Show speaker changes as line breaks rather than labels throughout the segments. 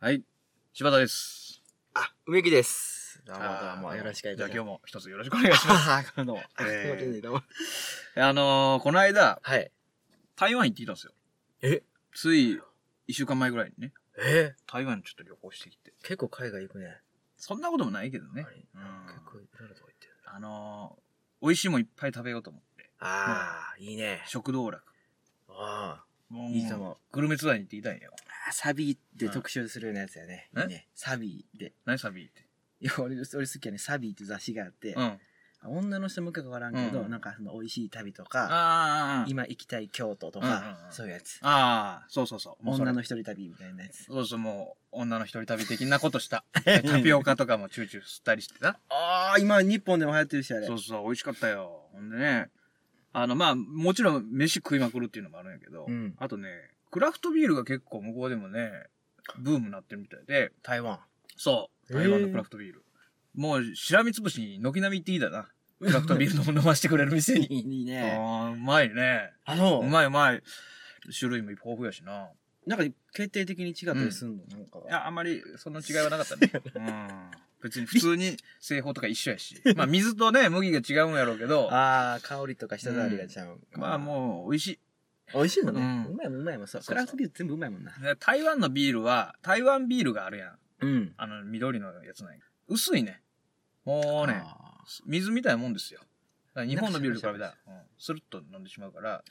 はい。柴田です。
あ、梅木です。どうもど
あ
うも、
ー
よろしくお願いし
じゃ
ま
あ
す。
今日も一つよろしくお願いします。あの、
あすいませ
え
んどうも
ーあのーこの間、
はい。
台湾行ってきたんですよ。
え
つい、一週間前ぐらいにね、
え
台湾にちょっと旅行してきて。
結構海外行くね。
そんなこともないけどね
はい。
うん
結構いろいろとこ行ってる。
あのー美味しいもんいっぱい食べようと思って。
ああ、いいね。
食道楽。
あ
も
いいと思う
グルメツアーに行ってきたんよ。
あ、サビで特集するようなやつやね。
え
いいね。サビで。
何サビって。
いや、俺、俺好きやね。サビって雑誌があって
うん。、あ
女の人向けかわからんけど、
うん
なんかその美味しい旅とか、
あー。
今行きたい京都と
うんうん
か
う、ん
そういうやつ。
ああ、そうそうそう。もうそれ
女の一人旅みたいなやつ。
そうそう、もう、女の一人旅的なこと した。タピオカとかもチューチュー吸ったりしてな。
ああ、今日本でも流行ってるし、あれ
そ。うそう、美味しかったよ。ほんでね、あの、まあ、もちろん飯食いまくるっていうのもあるんやけど、
うん
あとね、クラフトビールが結構向こうでもね、ブームになってるみたいで、
台湾。
そう、
へー
台湾のクラフトビール。もう、しらみつぶしに軒並み行っていいだな。クラフトビールの飲ましてくれる店に。
いい
あ ー
ね。
うまいね。
あの
うまいうまい。種類も豊富やしな。
なんか決定的に違ったりすんの、なんか。
いや、あんまりその違いはなか ったね。うん。別に普通に製法とか一緒やし。まあ水とね、麦が違うんやろうけど、
ああ、香りとか舌触りがちゃう。
まあもう美味しい。
う。美味しいもんね。
うん
うまいもんうまいもん。そう。
そうそう
クラフトビール全部うまいもんな。
で台湾のビールは、台湾ビールがあるやん。
うん。
あの緑のやつなんや薄いね。もうね、
あ
水みたいなもんですよ。だから日本のビールと比べたら、うん、スルッと飲んでしまうから、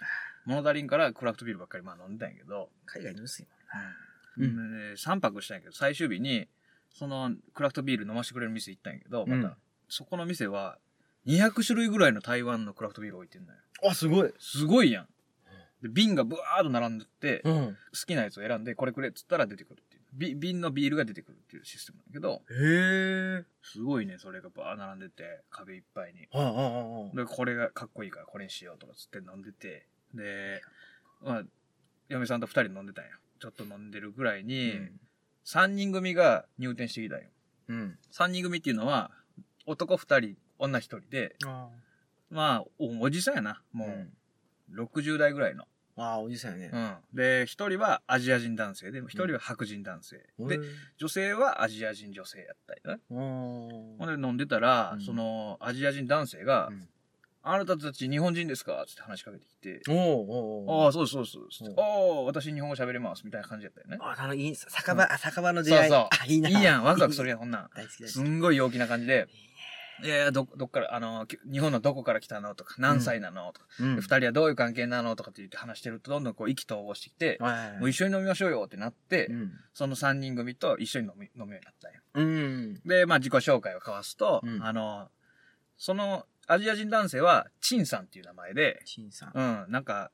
物足りんからクラフトビールばっかりまあ飲んでたんやけど、
ー海外の薄いもんな。
う
うん
ん、で3泊したんやけど、最終日に、そのクラフトビール飲ましてくれる店行ったんやけど、また、そこの店は、200種類ぐらいの台湾のクラフトビール置いてんのよ。
うんあ、すごい。
すごいやん。で瓶がブワーッと並んでって、好
ん。
きなやつを選んで、これくれっつったら出てくるっていう。び瓶のビールが出てくるっていうシステムなんだけど、
へえ。
すごいね、それがバーッ並んでて、壁いっぱいに。
ああ、ああ、ああ。
で、これがかっこいいからこれにしようとかつって飲んでて、で、まあ、嫁さんと二人で飲んでたんよ。ちょっと飲んでるぐらいに、三人組が入店してきたんよ。
うん。
三人組っていうのは、男二人、女一人で、
あ
まあ、おおじさんやな。
あ。
も
う。
うん60代ぐらいの。
ああ、おじさんやね
う。ん。で、一人はアジア人男性で、一人は白人男性。
で
で、、女性はアジア人女性やったりね。
うん。
ほんで飲んでたら、
うん
そのアジア人男性が、
うん
あなたたち日本人ですかつって話しかけてきて、
おお
あ
お
あ、そうですそうです。つって
うん
ああ、私日本語喋れます。みたいな感じだったよね。
あ、あの、いい、酒場、あ酒場の出会い。
そう
あ、いいな。
いいやん、ワクワクする
や
やん、こんなん。
大好き大
す
好き。
んごい陽気な感じで、
いいね
いやいや、ど、どっから、あの、き日本のどこから来たのとか、何歳なのとか、
うん
で二人はどういう関係なのとかって言って話してると、どんどんこう意気投合してきて、
はい
もう一緒に飲みましょうよってなって、
うん。
その三人組と一緒に飲み、飲むようになったんよ。
うん。
で、まあ自己紹介を交わすと、
うん
あの、そのアジア人男性は、チンさんっていう名前で、
陳さん。あ
うん、なんか、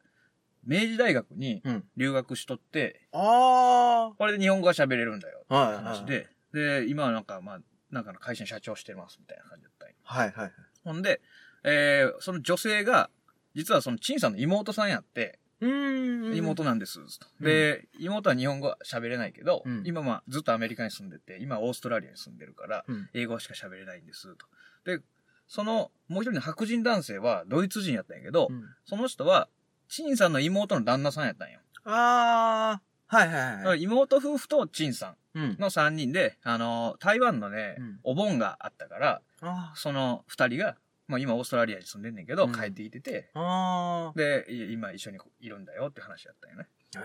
明治大学に
うん
留学しとって、
あ。
これで日本語が喋れるんだよ、
はいはい
話で、で、今はなんか、まあ、なんかの会社の社長してますみたいな感じだったんよ
はいはいはい。
ほんで、えーその女性が、実はその陳さんの妹さんやって、
うん
妹なんです、とで、妹は日本語は喋れないけど、
うん
今まあずっとアメリカに住んでて、今オーストラリアに住んでるから、
うん
英語しか喋れないんです、と。で、その、もう一人の白人男性はドイツ人やったんやけど、その人は、陳さんの妹の旦那さんやったんよ。
ああ、はいはいはい。
妹夫婦と陳さ
うん
んの3人で、あのー台湾のね、
うん
お盆があったから、
あ
その2人が、まあ今オーストラリアに住んでんねんけど、
うん
帰ってきてて、
あ。
で、い今一緒にいるんだよって話やったんよね。
へ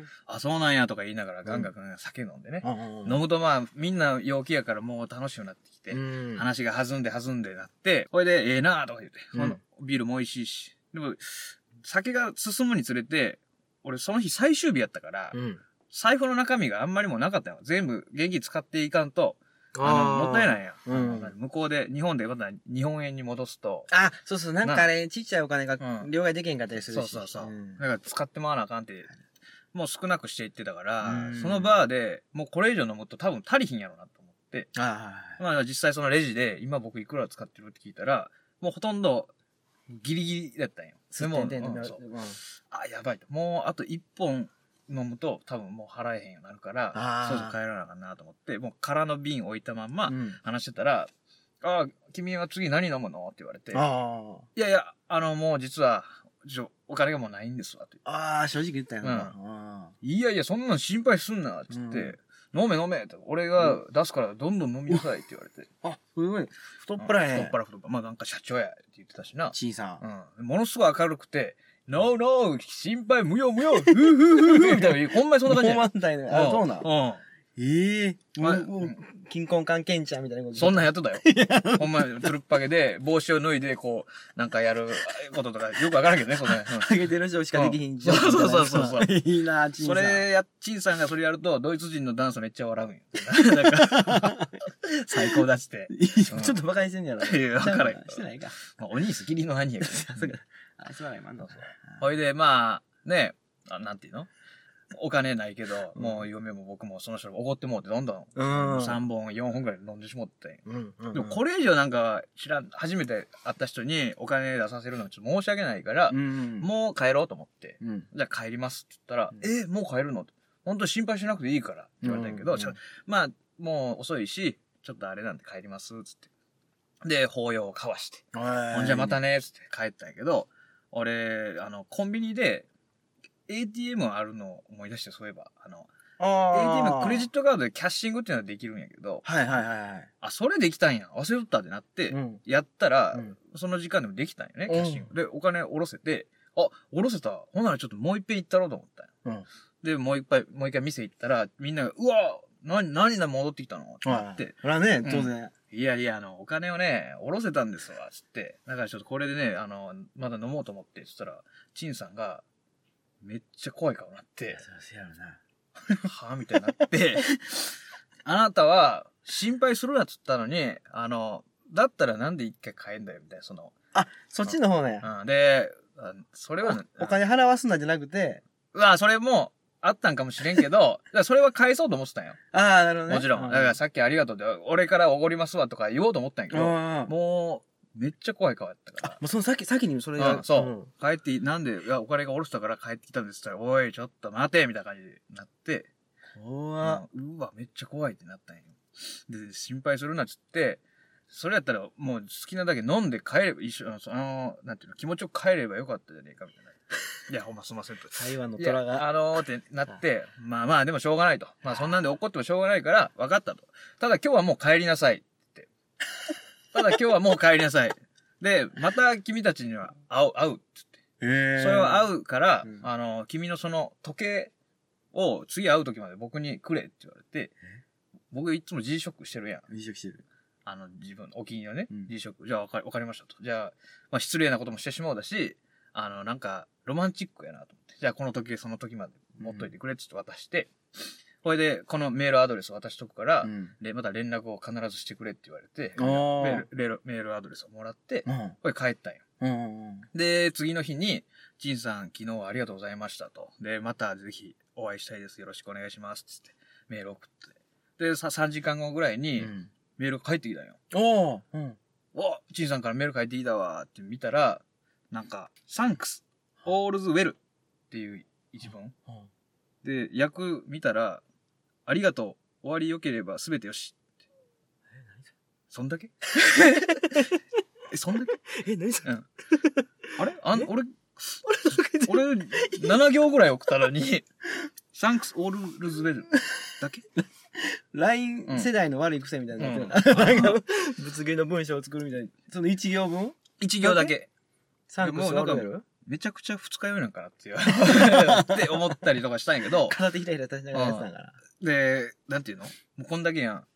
え。
あ、そうなんやとか言いながらガンガンガンガン酒飲んでね。
飲
飲むとまあみんな陽気やからもう楽しくなってきて、
む
話が弾んで弾んでなって、これでええなあとか言って、
うん
このビールも美味しいし。でも、酒が進むにつれて、俺その日最終日やったから、
うん。
財布の中身があんまりもうなかったよ。全部現金使っていかんと、あの、もったい
い。
ないや、
う
ん。
ん
向こうで、日本でまた日本円に戻すと、
あ、そうそう、なんかあれ、ちっちゃいお金が
うん
両替できへんかったりす
そ
る
う
し。
そうそう。
ん
だから使ってもらわなあかんって、もう少なくしていってたから、
うん
そのバーでもうこれ以上飲むと多分足りひんやろうなと思って、
ああ。
まあ実際そのレジで今僕いくら使ってるって聞いたら、もうほとんどギリギリだったんよ。
す
も、
んてん
うん
てん
そう
うん
あ、やばいと。もうあと1本飲むと多分もう払えへんようになるから
あ、ー
そうそう帰らなあかんなと思って、もう空の瓶置いたまんま
うん
話してたら、あ君は次何飲むのって言われて、い
ああ。
やいや、あのもう実は、ちょお金がもうないんですわ、と。
ああ、正直言ったよ
う
な。
いやいや、そんなん心配すんな、つって、
うん
飲め飲めって、俺が出すからどんどん飲みなさいって言われて。
あ、すごい。太っ腹や。
太っ。腹太っ腹。まあなんか社長やって言ってたしな。
ちいさん。
うん。ものすごい明るくて、ノーノー心配無用無用ふうふうふうふうみたいな、ほんまにそんな 感じや。
満体ね。あ、そうなん。
ん。
ええ。
まあ
もう金婚関係者みたいなこと。
そんなんやっとったよ。ほんまに、つるっぱげで、帽子を脱いで、こう、なんかやることとか、よくわからんけどね、そんなんうん
上げてる人しかできひん
うんそうそうそうそう
う。いいな、ちいさ
そ
ん。
れや、チンさんがそれやると、ドイツ人のダンスめっちゃ笑うんよ。なんか 最高だっつって。
いいちょっと馬鹿にしてんねやろ。
いや馬鹿なんや
してないか。
まあ、お兄さん、義理の兄やけ
さ
ど
す
ね
が。。あ、すまない、今の。
ほいで、まあ、ね、あなんていうのお金ないけど、
うん
もう嫁も僕もその人に怒ってもうて、どんどん
うん
3本、4本ぐらい飲んでしもって。
うんうんうん。
でもこれ以上なんか知らん、初めて会った人にお金出させるのはちょっと申し訳ないから、
うん。
もう帰ろうと思って、
うん、うん。
じゃあ帰りますって言ったら、え、もう帰るのって本当に心配しなくていいからって言われたんやけど、ちょまあ、もう遅いし、ちょっとあれなんで帰りますっつって。で、抱擁を交わして、ほ
ほ
んじゃまたねっつって帰ったんやけど、俺、あの、コンビニで、ATM あるのを思い出して、そういえば。あの、ATM クレジッ
ト。
トカードでキャッシングっていうのができるんやけど、
はいはいはいはい。
あ、それできたんや。忘れとったってなって、
うん。
やったら、
うん
その時間でもできたんよね、
うん
キャッシング。で、お金下ろせて、あ、下ろせた。ほんならちょっともう一遍行ったろうと思ったんよで、もう一回、もう一回店行ったら、みんなが、うわな、何だ戻ってきたのってな
は
っ
い
て、。
それはね、
うん
当然。
いやいや、あの、お金をね、下ろせたんですわ、つって。だからちょっとこれでね、あの、まだ飲もうと思って、つったら、チンさんが、めっちゃ怖い顔になって、
そうせやろな。
はぁみたいにな って、あなたは心配するなっつったのに、あの、だったらなんで一回買えんだよ、みたいな、その、
あ、そっちの方ね。
うん、で、あそれは、
お金払わすなんじゃなくて、
まあ、それも、あったんかもしれんけど、だからそれは返そうと思ってたんよ。
ああ、なるほどね。
もちろん。
う
だからさっきありがとうって、俺からおごりますわとか言おうと思ったんやけ
うん
ど、
うんうん
もう、めっちゃ怖い顔やったから
あ、。もうその先、先にそれ
う
が。
ん、そう。帰って、なんで、いや、お金がおろしたから帰ってきたんですって言ったら、おい、ちょっと待てみたいな感じになって、
うん。
う
怖っ
んうわ、めっちゃ怖いってなったんよ。で、心配するなっつって、それやったら、もう好きなだけ飲んで帰れば、一緒、あのその、なんていうの、気持ちよく帰ればよかったじゃねえか、みたいな。 いや、ほんますんません と。
台湾の
いや
虎が。
あのーってなって、まあまあ、でもしょうがないと。まあそんなんで怒ってもしょうがないから、分かったと。ただ今日はもう帰りなさいって。ただ今日はもう帰りなさい。で、また君たちには会う、会うって
え
言
え
って。それは
う。
会うから、
うん
あのー君のその時計を次会う時まで僕にくれって言われて、僕いつも G ショックしてるやん。
飲食してる。
あの、自分、お気に入りのね、
うん
G ショック。じゃあわかりわかりましたと。じゃあ、まあ失礼なこともしてしまうだし、あの、なんか、ロマンチックやなと思って。じゃあこの時計その時まで持っといてくれってちょっと渡して、これで、このメールアドレス渡しとくから、
うん。
で、また連絡を必ずしてくれって言われて、
あ
メ
ー
ールメール、メールアドレスをもらって、
うん。
これ帰ったんよ。
うんうん
で、次の日に、ジンさん昨日はありがとうございましたと。で、またぜひお会いしたいです。よろしくお願いします。つって、メール送って。で、さ3時間後ぐらい
う
に、
ん。
メールが返ってきたんよ。
おーうん。
おちんさんからメール書いてきたわーって見たら、なんか、サンクス、オールズウェルっていう一文。で、訳見たら、ありがとう、終わり良ければ全てよし。そんだ けえ、そんだけ
え、何それ
あれあん
え
俺、 俺、7行ぐらい送ったのに、サンクス、オールズウェルだけ
?LINE 世代の悪い癖みたいな
うん
やつやな。なんか、物芸の文章を作るみたいな。その一行分
?1 行だけ。
サンクス
もうな
ワ
んか
ルル
めちゃくちゃ二日酔いなんかなっていう って思ったりとかしたんやけど、
片手ひらひら立しながらやってたか
で、なんていうのもうこんだけやん。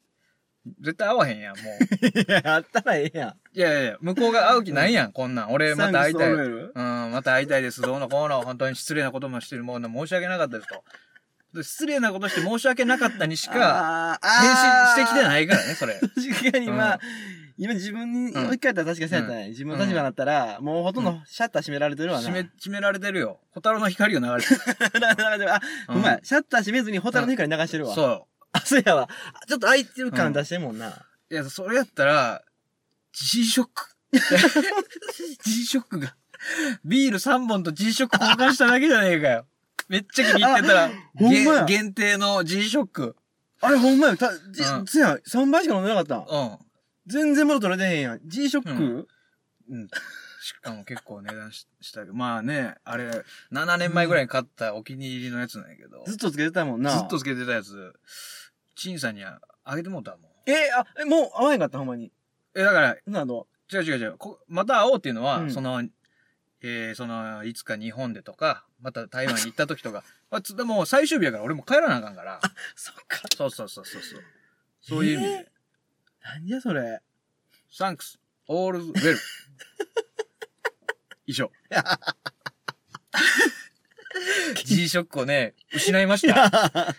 絶対会わへんやん、もう。
ら。いや、あったらええやん。
いやいやいや、向こうが会う気ないやん、こんなん。俺、また会いたい。
サン
うん、
クスワルル
また会いたいです。どうのこうの、本当に失礼なこともしてる。もう申し訳なかったですと。で失礼なことして申し訳なかったにしか、
あー
返信
あー
してきてないから ね、それ。
確かに、ま
うん
あ、今自分に
うん
置き換えたら確かそうやったね。自分の立場だったら、もうほとんどシャッター閉められてるわな。
締め、締められてるよ。蛍の光が流れてる。
あ、
うん
うまい。シャッター閉めずにホタルの光流してるわ。。
そうう。
あ、そうやわ。あちょっと空いてる感出してるもんな。
いや、それやったら、G ショック。G ショックが。ビール3本と G ショック交換しただけじゃねえかよ。めっちゃ気に入ってたら、
ほんまや
げ限定の G ショック。
あれほんまや。た、じ
うん、
つや、3倍しか飲んでなかったん。
うん。
全然元取れてへんやん。G ショック
うん。しかも結構値段ししたけど。まあね、あれ、7年前ぐらいに買ったお気に入りのやつなんやけど。
ずっとつけてたもんな。
ずっとつけてたやつ。陳さんにはあげてもうたもん。
えあ、え、もう会わへんかった、ほんまに。
え、だから、
など。
違う違う違う。こまた会おうっていうのは、
うん
その、えーその、いつか日本でとか、また台湾に行った時とか、 まあ、つでも最終日やから俺も帰らなあかんから、
そっか。
そうそうそうそうそう。そういう意味で、
えー何じゃそれ。
サンクス、オールズ、ウェル。 以上。G ショックをね、失いました。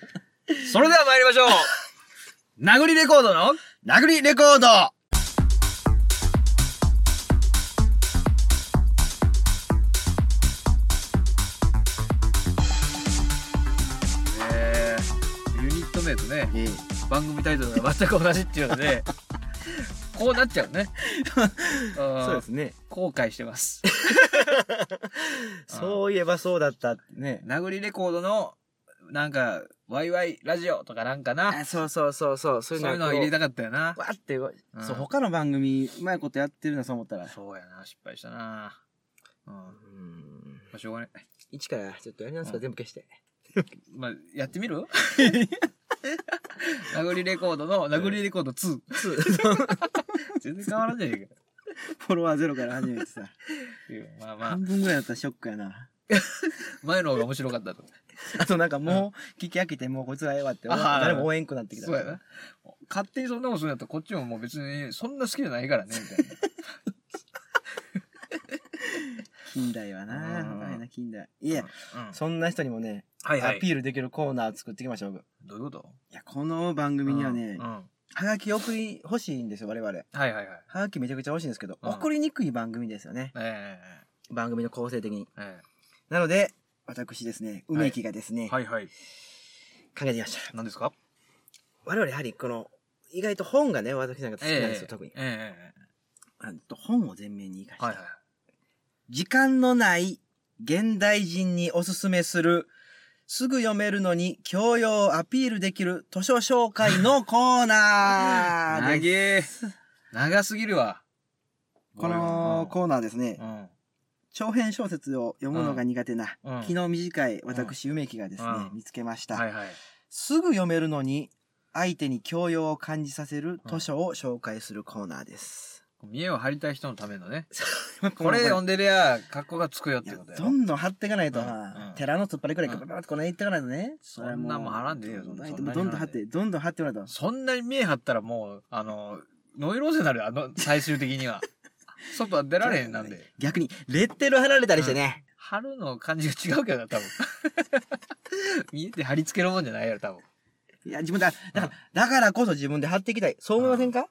それでは参りまし ょう。殴りレコードの
殴りレコード
えーユニット名とね、
ええ。
番組タイトルが全く同じっていうの で、こうなっちゃうね。そ
そうですね。
後悔してます。
そういえばそうだったってね。
殴りレコードの、なんか、ワイワイラジオとかなんかな。
あ、そうそうそうそう。
そ
そ
う
うい
いううの
の
を
を
入れ
入れた。
たかったよな。
わって、わ
うん
そう、他の番組、うまいことやってるな、そう思ったら。
そうやな、失敗したな。うん。ま
うん
あ、しょうがない。
一からちょっとやり直すか
う
ら全部消して。
まあ、やってみ る殴りレコードの、殴りレコード2。全然変わらんじゃねえか
フォロワーゼロから始めて さ。
っていう。まあまあ
半、分ぐらいだったらショックやな。
前の方が面白かったと。
あとなんかもう、聞き飽きて、もうこいつらええわって、
あー
誰も応援んくなってきた。
そうやな。。勝手にそんなことするんやったらこっちももう別にそんな好きじゃないからね、みたいな。
近代はな。
うん
高いな、近代。いや、
うん
そんな人にもね、
はいは
ア
い。
ピールできるコーナー作っていきましょう。
どういうこと
いや、この番組にはね
うん、うん
はがき送り欲しいんですよ、我々。
はいはいはい。
はがきめちゃくちゃ欲しいんですけど、
うん
送りにくい番組ですよね。
え
番組の構成的に。
ええ
なので、私ですね、梅木がですね、
えはいはい。
考えてきました。
何ですか
我々やはりこの、意外と本がね、私なんか好きなんですよ、特に。
ええ
あと本を前面に生かして、
はいはい。
時間のない現代人におすすめする、すぐ読めるのに教養をアピールできる図書紹介のコーナ
長
ーです
え。長すぎるわ。
このコーナーですね
う、ん。
長編小説を読むのが苦手な、
うん。
昨日短い私梅木がですね、
うん
見つけました、
はいはい。
すぐ読めるのに相手に教養を感じさせる図書を紹介するコーナーです、
見栄を張りたい人のためのね。
こ
こ
れ
れ読
読ん
んでりゃ、格好がつくよっ
い
て
や
ことや
ど
ろ。
んどん貼っていかないと、
うん
な
うん
寺の突っ張りくらいガ
うん
バガバッとこの辺行っていかないとね、それはもうん
なもん貼らんでええよ
どんどん
そんな
どんどん貼ってどんどん貼ってもらうと
そんなに見栄張ったらもう、あの、ノイローゼになるよ、あの、最終的 には。外は出られへんなんで。
逆にレッテル貼られたりしてね、
貼るの感じが違うけどな、多 分。見えて貼り付けるもんじゃないやろ、多分。
いや自分だだから、だからこそ自分で貼っていきたいそう思いませんか、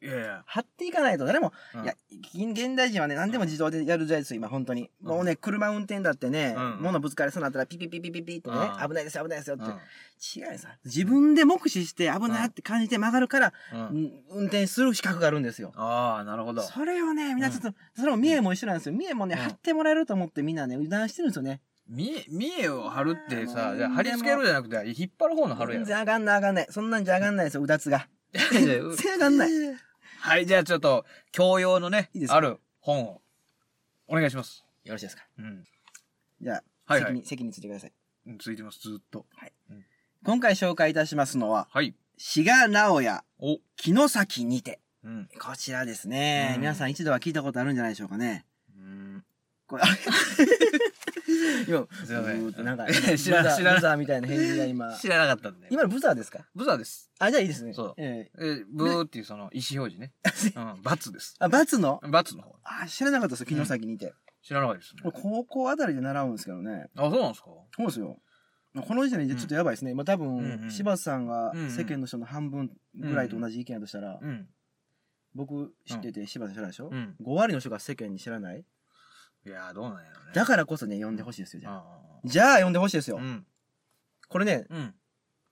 いやいや。
貼っていかないと誰も、
うん
いや近現代人はね何でも自動でやる時代ですよ今本当に、
うん
もうね車運転だってね、
うん
物ぶつかりそうになったらピピピピピピってね、
うん
危ないですよ危ないですよって、
うん
違うさ自分で目視して危ないって感じて曲がるから、
うん
うん運転する資格があるんですよ。
ああ、なるほど。
それをねみんなちょっと、
う
それも三重も一緒なんですよ三重もね、
うん
貼ってもらえると思ってみんなね油断してるんですよね。
見え、見えを貼るって
あ
さ、
ー
じゃあ貼り付けるじゃなくて、引っ張る方の貼るや
全
ろ。
然上がんない上がんないそんなんじゃ上がんないですようだつが。
いやいや
全然上がんない。
はい、じゃあちょっと、教養のね
いいで、すか
ある本を、お願いします。
よろしいですか
うん。
じゃあ、
はいは
席
い。
に席についてください。
うんついてます、ずーっと。
今回紹介いたしますのは
はい。
志賀直哉
お。
城崎にて
うん。
こちらですね、
うん
皆さん一度は聞いたことあるんじゃないでしょうかね。
うん。
これ、 あれ今、
すいません
うーってなんか、
知らな、知ら
ブ
な、
ザーみたいな返事が 今。
知らなかったんで。
今のブザーですか
ブザーです。
あ、じゃあいいですね。
そう
え
えー、ブーっていうその、意思表示ね。
え
うん、バツです。
あ、バツの
バツの方。
あ、知らなかったですよ、木の先にいて。
知らなかったですね。
これ高校あたりで習うんですけどね。
あ、そうなんですか
そうですよ。この時点でちょっとやばいですね。今多
うんう
分、
ん
柴田さんが
うんうん
世間の人の半分ぐらいと同じ意見だとしたら、
うん。
僕知ってて柴田さん知らないでしょ、
うん。
?5 割の人が世間に知らない
いやー、どうなんやろうね。
だからこそね、読んでほしいですよ、じゃあ。
あ
じゃあ読んでほしいです
ー
よ。
うん。
これね、
うん。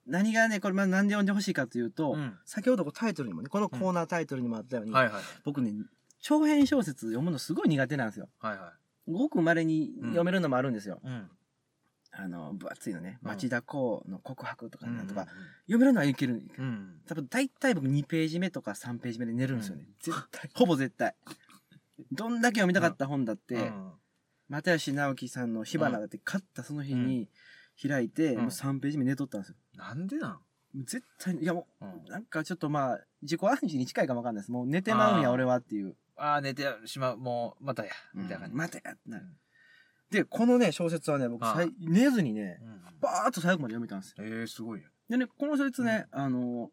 何がね、これまあなんで読んでほしいかというと、
うん。
先ほどこうタイトルにもね、このコーナータイトルにもあったように、
はいはい。
僕ね、長編小説読むのすごい苦手なんですよ。
はいは
ごく稀に読めるのもあるんですよ。
い。うん。
あの、分厚いのね、
うん
町田公の告白とかなんとか、
うん
読めるのはいける。
うん。
多分大体僕2ページ目とか3ページ目で寝るんですよね。
うん
絶対。ほぼ絶対。どんだけ読みたかった本だって、
うん
又吉直樹さんの火花だって買ったその日に開いて、
うん
もう3ページ目寝とったんですよ。
なんでなん
絶対に、いやも
うん
う、なんかちょっとまあ、自己暗示に近いかもわかんないです。もう寝てまうんや、
あー
俺はっていう。
ああ、寝てしまう、もう、またや、みたいな感じ。
またやってなる
うん
で、このね、小説はね、僕、
あー
さい寝ずにね、
うん
バーッと最後まで読めたんですよ。
えー、すごいよ。
でね、この小説ね、あの、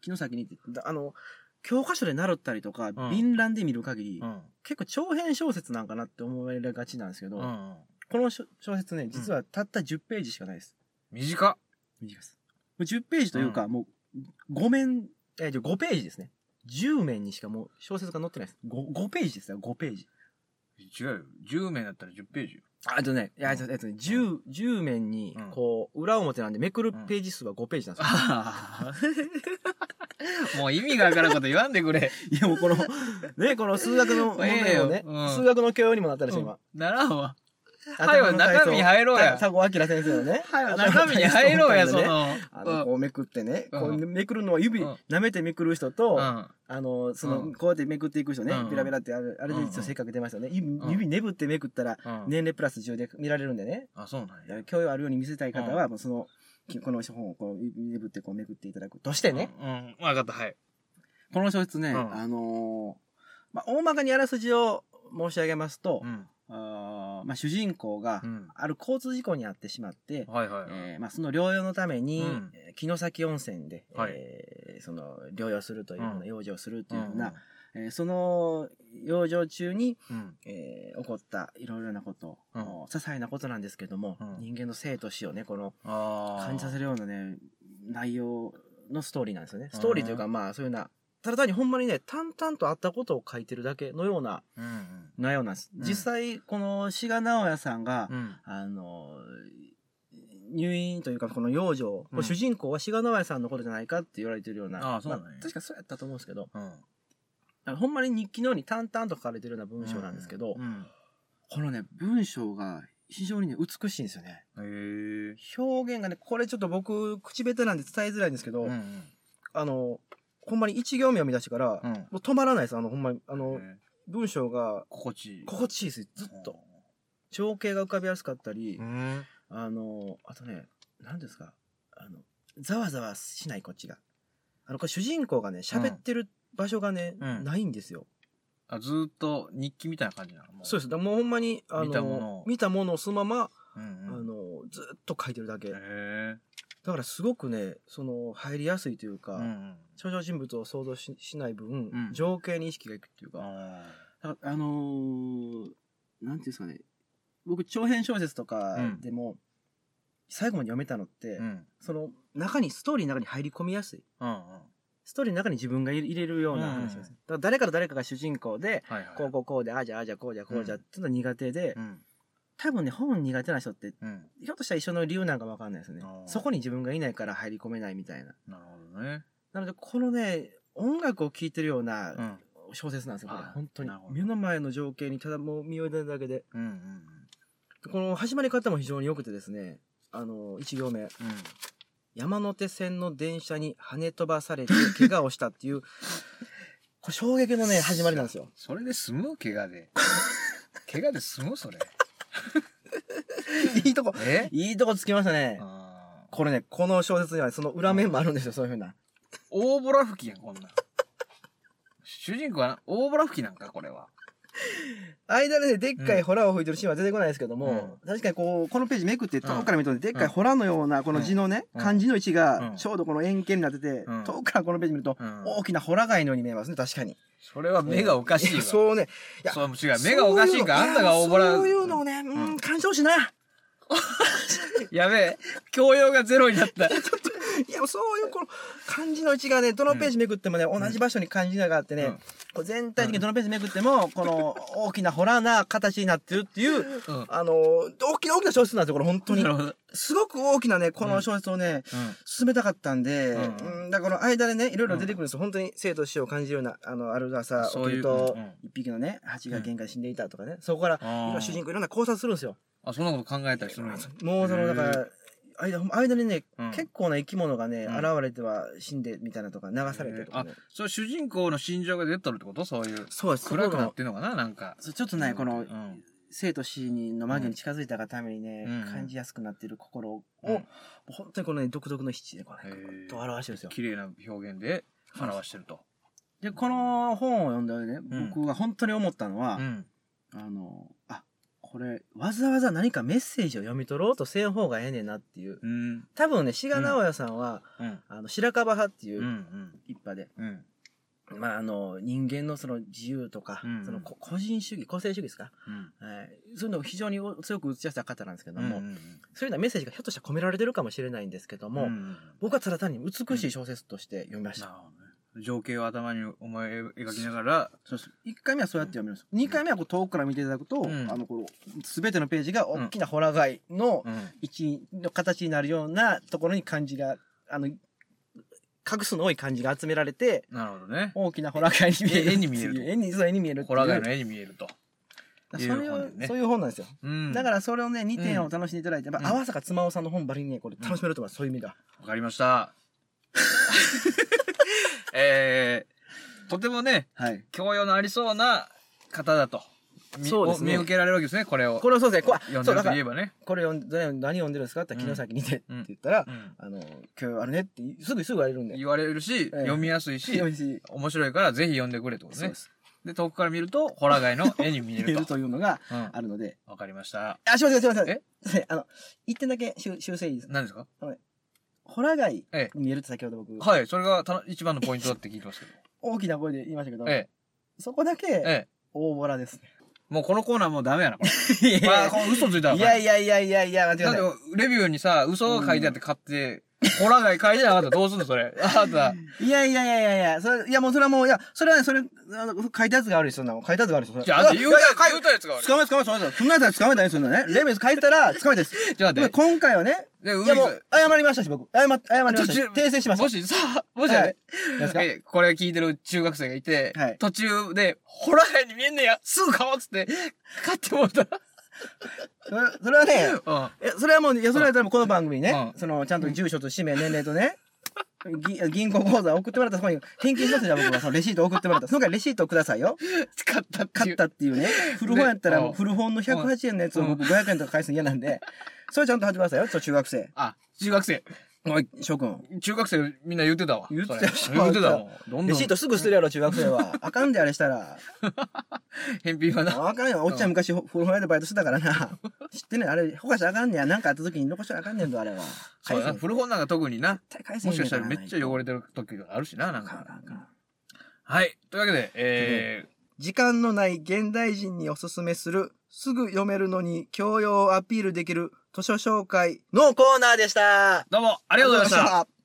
木の先にって、だあの、教科書で習ったりとか、
ん
敏乱で見る限り、
うん。
結構長編小説なんかなって思われがちなんですけど、
うんうん。
この小小説ね、実はたった10ページしかないです。
短っ。
短いです。もう10ページというか、もう5面、え、じゃ5ページですね。10面にしかもう小説が載ってないです。5, 5ページですよ、5ページ。
違うよ。10名だったら10ページよ。
あとね、いや、
うん
えっとね、10、10面に
うん、
こう、裏表なんでめくるページ数は5ページなんですよ。
あ あ。もう意味がわからんこと言わんでくれ。
いや、もうこの、ね、この数学 の問題を
え
ね、
えようん
数学の教養にもなったでしょ、今。
ならんわ。
頭
はいわ、
の体操
中身入ろうや。
佐古明先生のね。
はいわ、
頭の
中
体操
身に入ろうや、
み
そ
たいなね
の。
あの、こうめくってね、
うん
こうめくるのは指、
うん
舐めてめくる人
う
と、
ん。
あの、そうの
ん、
こうやってめくっていく人ね
うんう、ん
ペラペラってある、あれで
うんうん
実は性格出ますよね。指指ねぶってめくったら、
うん。うん。
年齢プラス10で見られるんでね。
あ、そうなんや。
教養あるように見せたい方は、もうその、きこの本をこう、指ねぶってこうめくっていただくとしてね、
うん。うん。わかった、はい。
この小説ね、
うん
あのーまあ、大まかにあらすじを申し上げますと、
うん。
あーまあ、主人公が
う、ん。
ある交通事故に遭ってしまって、
はいはいはい。
えーまあ、その療養のために、
うん
えー城崎温泉で、
はい
えーその療養するというよう
う
なん養生をするというような、えーその養生中に、
うん。
えー起こったいろいろなこと、
うん
もう些細なことなんですけども、
うん
人間の生と死をねこの
ああ。
感じさせるようなね内容のストーリーなんですよね
うん
ストーリーというか、まあそういうようなただ単にほんまにね淡々とあったことを書いてるだけのような
うんうん。
内容なんです、
うん
実際この志賀直哉さんが、
うん。
あの入院というかこの養生、これ主人公は志賀直哉さんのことじゃないかって言われてるような
ああそうなんや
ま確かそうやったと思うんですけど
うん。
あのほんまに日記のように淡々と書かれてるような文章なんですけど、
うん。
このね、文章が非常にね、美しいんですよね。
へえ。
表現がね、これちょっと僕、口下手なんで伝えづらいんですけど、
うんうん。
あの、ほんまに一行目を見出してから、
うん。
もう止まらないです。あの、ほんまに、あ
へ
の、
ー
文章が
心地いい。
心地いいです。ずっと。情景が浮かびやすかったり
う、ん。
あの、あとね、何ですか、あの、ざわざわしないこっちが。あの、これ主人公がね、喋ってる場所がね、
うん
ないんですよ。
あ、ずーっと日記みたいな感じなのも
そう
す。
です。だからもうほんまに、あの、
見たものを
見たものをそのまま、
うんうん。
あの、ずっと書いてるだけ。
へ
だからすごくね、その、入りやすいという
え。
か、
うんうん。
登場人物を想像ししない分、
うん
情景に意識がいくっていうか、
あ
だからあのーなんていうんですかね、僕、長編小説とか
うん
でも、最後まで読めたのって、
ーうん。
その、中に、ストーリーの中に入り込みやすい。
うんうん。は
ストーリーの中に自分が入れるような話です、
うん
だから誰から誰かが主人公で、
いはい。
こうこうこうで、ああじゃあああじゃこうじゃこうじゃ
う
っ
ん
ていうのは苦手で、
うん。
多分ね、本苦手な人って、
うん。
ひょっとしたら一緒の理由なんかわかんないですよね
あ。ー
そこに自分がいないから入り込めないみたいな。
なるほどね。
なので、このね、音楽を聴いてるよう
う。
なん小説なんですよ、これ
あ。ー
本当に
なるほ。ど
目の前の情景にただもう身を委ねるだけで。
うんうん
この始まり方も非常に良くてですね、あの、1行目。
うん。うん。
山手線の電車に跳ね飛ばされて 怪我をしたっていう、これ衝撃のね、始まりなんですよ。
それで済む怪我で。怪我で済むそれ。
いいとこ、
え
いいとこつきましたね。
あー
これね、この小説にはねその裏面もあるんですよ、そういうふうな。
大ボラ吹きやん、こんなん。主人公はな大ボラ吹きなんか、これは。
間でね、でっか
う
い
ん
ホラーを吹いてるシーンは出てこないですけども、確かにこう、このページめくって遠くから見るとね、でっかいホラーのような、この字のね、
うん
漢字の位置
う
が
ん
ちょうどこの円形になってて
うん、
遠くからこのページ見ると、
うん
大きなホラー街のように見えますね、確かに。
それは目がおかしいわ。そう
そうね。いや
も違う。目がおかしいから、あんたが大ボラ。
そういうのをね、うん、干渉しな。
やべえ。教養がゼロになった。
いや、そういうこの漢字の位置がね、どのページめくってもね、同じ場所に漢字があって
う
ね
ん、
こう全体的にどのページめくっても、この大きなホラーな形になってるってい
う
う、
ん。
あの、大きな大きな小説なんですよ、これ本当に
な。るほど。
すごく大きなね、この小説をね、進めたかったんで、
う
うんん、だからこの間でね、いろいろ出てくるんですよ。本当に生と死を感じるような、あの、ある朝起
そう
き
いう
ると
うんうん、
一匹のね、蜂が限界死んでいたとかね、そこから、いろんな主人公いろんな考察するんですよ。
あ、そんなこと考えたりするんや。
もうその、だから、間、間にね、
うん
結構な生き物がね、
うん
現れては死んでみたいなとか、流されてとかね。
それ主人公の心情が出てるってことそういう。
そうです。。
暗くなっててんのかななんか。
そうちょっとね、この、
うん
生と死にの間際に近づいたがためにね、
うん
感じやすくなっている心を、
うん
もう本当にこのね、独特の七でこうね、
へー
と表してるんですよ。
綺麗な表現で表してると。
で、この本を読んだでね、
うん
僕が本当に思ったのは、
ん。
あの、あ、これ、わざわざ何かメッセージを読み取ろうとせん方がええねんなっていう。
うん。
多分ね、志賀直哉さんは、
うん。。
あの、白樺派っていううん一派で、
うん。
まあ、あの、人間のその自由とか、
うん
そのこ個人主義、個性主義ですか、
うん。
はい、そういうのを非常に強く打ち出した方なんですけども、
も
そういうようなメッセージがひょっとしたら込められてるかもしれないんですけども、
うん。
僕はただ単に美しい小説として読みまし
なる
た。
ほどね。情景を頭に思い描きながら、
そうそう1回目はそうやって読みます。2回目はこう遠くから見ていただくと、
うん
あの、この、すべてのページが大きなホラ貝の
うん。
一の形になるようなところに漢字が、あの、画数の多い漢字が集められて、
なるほどね。
大きなホラ貝に見える。
絵に見えると
絵に、そう、絵に見えるってい
ホ
う。
ラガイの絵に見えると。
そう
いう
い
本だよね
う、そういう本なんですよ。
うん。、
だかららそれをね、2点を楽しんでいただいて、ま
うん
あ、淡坂妻夫さんの本ばりにね、これ楽しめると思います。そういう意味では。
わかりました。 えー、とてもね、
はい。
教養のありそうな方だと。み
そうですね
お見受けられるわけですね、これを。
これはそうですね。これ
読ん
そ
で
う、
ると
だか
いえ
ら、
ばね。
これ読んで、何読んでるんですかって言ったら、昨日先に
うん
ねって言ったら
う、ん
あの、今日あるねって、すぐ、すぐ言われるんで。
言われるし、読みやすいし、
読みし
面白いからぜひ読んでくれってこと
そう
ね
で。す。
で、遠くから見ると、ホラガイ の絵に見え
見え
る
る
と。
というのが
うん。
あるので。
わかりました。
あ、すいません、すいません。
え
すいませんあの、一点だけ修修正いいですか
何ですか
ホラ貝
え
に見えるって先ほど僕、
はい、それがたの一番のポイントだって聞いてますけど。
大きな声で言いましたけど、
え
そこだ
え、
け、
え
大ボラですね。
え。もうこのコーナーもうダメやな、これ。
い
まあ、この 嘘ついたらあかん。
やいやいやいやいや、間違い
だ
な
っ
い。
て、レビューにさ、嘘を書いてあって買って、ホラガイ書いてなかったらどうすんの、そ れ。あなた、
いやいやいやいやいや、それ、いやもうそれはもう、いや、それはね、それ、あの書いたやつが悪い、そんなの。書いたやつが悪い、そんなの
じゃあ、あんた言うた
いやいや
言うたやつが悪い。
捕まえ、捕まえ、捕まえ、そんなやつは捕まえたね、そんなね。レベル書いたら、捕まえたです。
じゃあ待って、
今回はね、
で、ウ
い
イ
や
ル
も
ス
う、謝りましたし、僕。謝、謝りましたし
途中
訂正しました。
もしさ、もし、
はい
ね、
何ですか
えこれ聞いてる中学生がいて、
はい
途中で、ホラガイに見えんねや、すぐ買おうっつって、買ってもらった
それそれはね、
ら。
え、それはもう、いや、それはでもこの番組にね、
うん
その、ちゃんと住所と氏名、年齢とね、 ぎ銀行口座送ってもらったらそこに返金しますよ、じゃあ僕は。そのレシート送ってもらったら。そのからレシートをくださいよ。
うん。買ったって
買
い
っ
う。
たっていうね。古本やった
う
ら
ん、
古本の108円のやつを僕
う
500円とか返すの嫌なんで、 それちゃんと貼ってくださいよ、ちょっと中学生。
あ、中学生。
おい、翔くん。
中学生みんな言ってたわ。
言ってた
それ言ってたもん。どんど
レ
ん
シートすぐ捨てるやろ、中学生 は。あかんで、あれしたら。
返品はな。
あかんよ。おっちゃん昔、古本屋でバイトしてたからな。知ってんねんあれ、ほかしたらあかんねや。なんかあった時に残したらあかんねんと、あれは。
そうやな。
返せ
古本なんか特にな。
絶対返せへ
も
ん
し
ね
か
ん
し
か
た
ら
ら
な
めっちゃ汚れてる時があるしな、なん
あかんあ
か。
かんあかん
はい。というわけで、え
時間のない現代人におすすめする、すぐ読めるのに教養をアピールできる図書紹介のコーナーでした。あ
ー、どうもありがとうございました。
た。